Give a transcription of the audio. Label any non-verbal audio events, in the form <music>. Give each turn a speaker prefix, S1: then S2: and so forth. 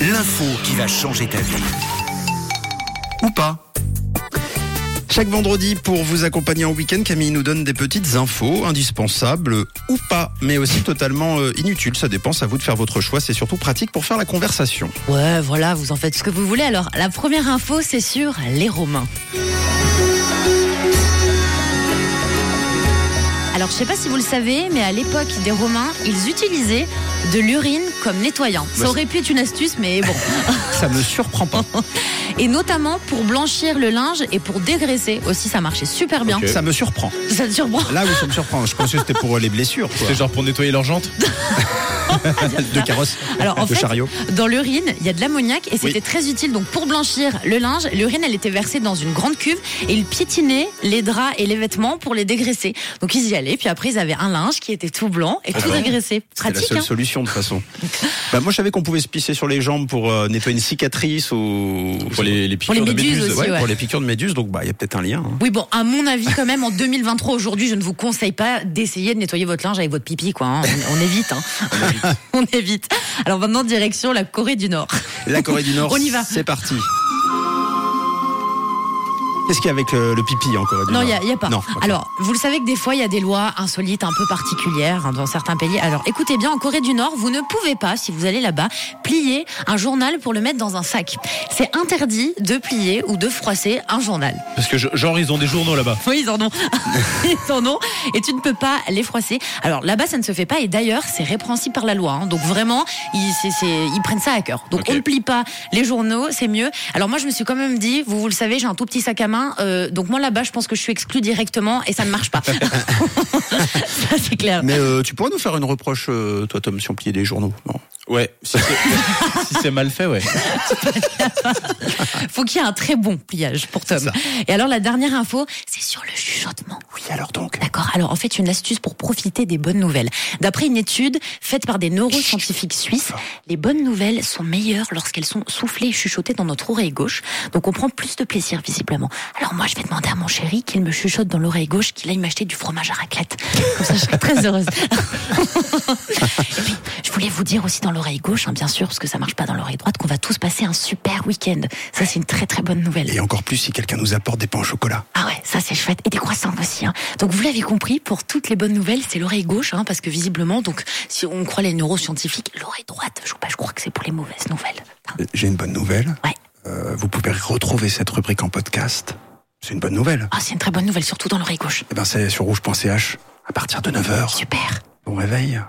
S1: l'info qui va changer ta vie. Ou pas.
S2: Chaque vendredi, pour vous accompagner en week-end, Camille nous donne des petites infos indispensables euh, ou pas, mais aussi totalement euh, inutiles. Ça dépend, c'est à vous de faire votre choix. C'est surtout pratique pour faire la conversation.
S3: Ouais, voilà, vous en faites ce que vous voulez. Alors, la première info, c'est sur les Romains. Alors, je sais pas si vous le savez, mais à l'époque des Romains, ils utilisaient de l'urine comme nettoyant. Ça
S2: Bah,
S3: aurait pu être une astuce, mais bon.
S2: Ça me surprend pas.
S3: Et notamment pour blanchir le linge et pour dégraisser aussi, ça marchait super bien.
S2: Ça me surprend.
S3: Ça te surprend
S2: Là où ça me surprend, je pensais que c'était pour euh, les blessures, quoi.
S4: C'est genre pour nettoyer leurs jantes
S2: de <laughs> carrosse,
S3: Alors en
S2: de
S3: fait,
S2: chariot.
S3: dans l'urine, il y a de l'ammoniac et c'était
S2: Oui.
S3: très utile. Donc pour blanchir le linge, l'urine elle était versée dans une grande cuve et ils piétinaient les draps et les vêtements pour les dégraisser. Donc ils y allaient, puis après ils avaient un linge qui était tout blanc et tout
S2: bah,
S3: dégraissé.
S2: C'est la
S3: Pratique.
S2: seule
S3: hein. euh,
S2: solution de toute
S3: <laughs>
S2: façon. bah, moi je savais qu'on pouvait se pisser sur les jambes pour euh, nettoyer une cicatrice ou
S4: pour les, les piqûres
S3: les
S4: de
S3: méduses
S4: méduses.
S3: aussi, ouais.
S2: pour les piqûres de méduses, donc bah il y a peut-être un lien. hein.
S3: Oui bon, à mon avis quand même en 2023 aujourd'hui, je ne vous conseille pas d'essayer de nettoyer votre linge avec votre pipi quoi. hein. On, on évite. hein. <laughs> on évite. Alors maintenant direction la Corée du Nord.
S2: La Corée
S3: <laughs>
S2: du Nord,
S3: On y va.
S2: c'est parti. Qu'est-ce qu'il y a avec euh, le pipi en Corée du
S3: Non,
S2: Nord
S3: il n'y a, y a pas.
S2: Non, ok.
S3: Alors, vous le savez que des fois, il y a des lois insolites, un peu particulières hein, dans certains pays. Alors, écoutez bien, en Corée du Nord, vous ne pouvez pas, si vous allez là-bas, plier un journal pour le mettre dans un sac. C'est interdit de plier ou de froisser un journal.
S4: Parce que je- genre ils ont des journaux là-bas.
S3: Oui, ils en ont. ils en ont. Et tu ne peux pas les froisser. Alors, là-bas, ça ne se fait pas. Et d'ailleurs, c'est répréhensible par la loi. hein. Donc, vraiment, ils, c'est- c'est- ils prennent ça à cœur. Donc,
S4: Ok.
S3: on ne plie pas les journaux, c'est mieux. Alors, moi, je me suis quand même dit, vous, vous le savez, j'ai un tout petit sac à main. euh, donc, moi, là-bas, je pense que je suis exclue directement et ça ne marche pas. ça, c'est clair.
S2: Mais euh, tu pourrais nous faire une reproche, euh, toi Tom, si on pliait les journaux Non. Ah
S4: Ouais. Si c'est si c'est mal fait, ouais.
S3: Faut qu'il y ait un très bon pliage pour Tom. Et alors, la dernière info, c'est sur le chuchotement.
S2: Oui, alors donc.
S3: D'accord. Alors en fait, une astuce pour profiter des bonnes nouvelles. D'après une étude faite par des neuroscientifiques suisses, les bonnes nouvelles sont meilleures lorsqu'elles sont soufflées et chuchotées dans notre oreille gauche. Donc on prend plus de plaisir visiblement. Alors moi, je vais demander à mon chéri qu'il me chuchote dans l'oreille gauche qu'il aille m'acheter du fromage à raclette. Comme ça, je serai très heureuse. Et puis, je voulais vous dire aussi dans l'oreille gauche, hein, bien sûr, parce que ça marche pas dans l'oreille droite, qu'on va tous passer un super week-end. Ça, c'est une très très bonne nouvelle.
S2: Et encore plus si quelqu'un nous apporte des pains au chocolat.
S3: Ah ouais, ça c'est chouette. Et des croissants aussi. hein. Donc vous l'avez compris, pour toutes les bonnes nouvelles, c'est l'oreille gauche, hein, parce que visiblement, donc si on croit les neuroscientifiques, l'oreille droite, je, sais pas, je crois que c'est pour les mauvaises nouvelles. Hein.
S2: Euh, J'ai une bonne nouvelle.
S3: Ouais.
S2: Euh, vous pouvez retrouver cette rubrique en podcast. C'est une bonne nouvelle.
S3: Ah, c'est
S2: ben,
S3: une très bonne nouvelle, surtout dans l'oreille gauche.
S2: Eh ben, c'est sur rouge.ch à partir de 9h.
S3: Super.
S2: Bon réveil.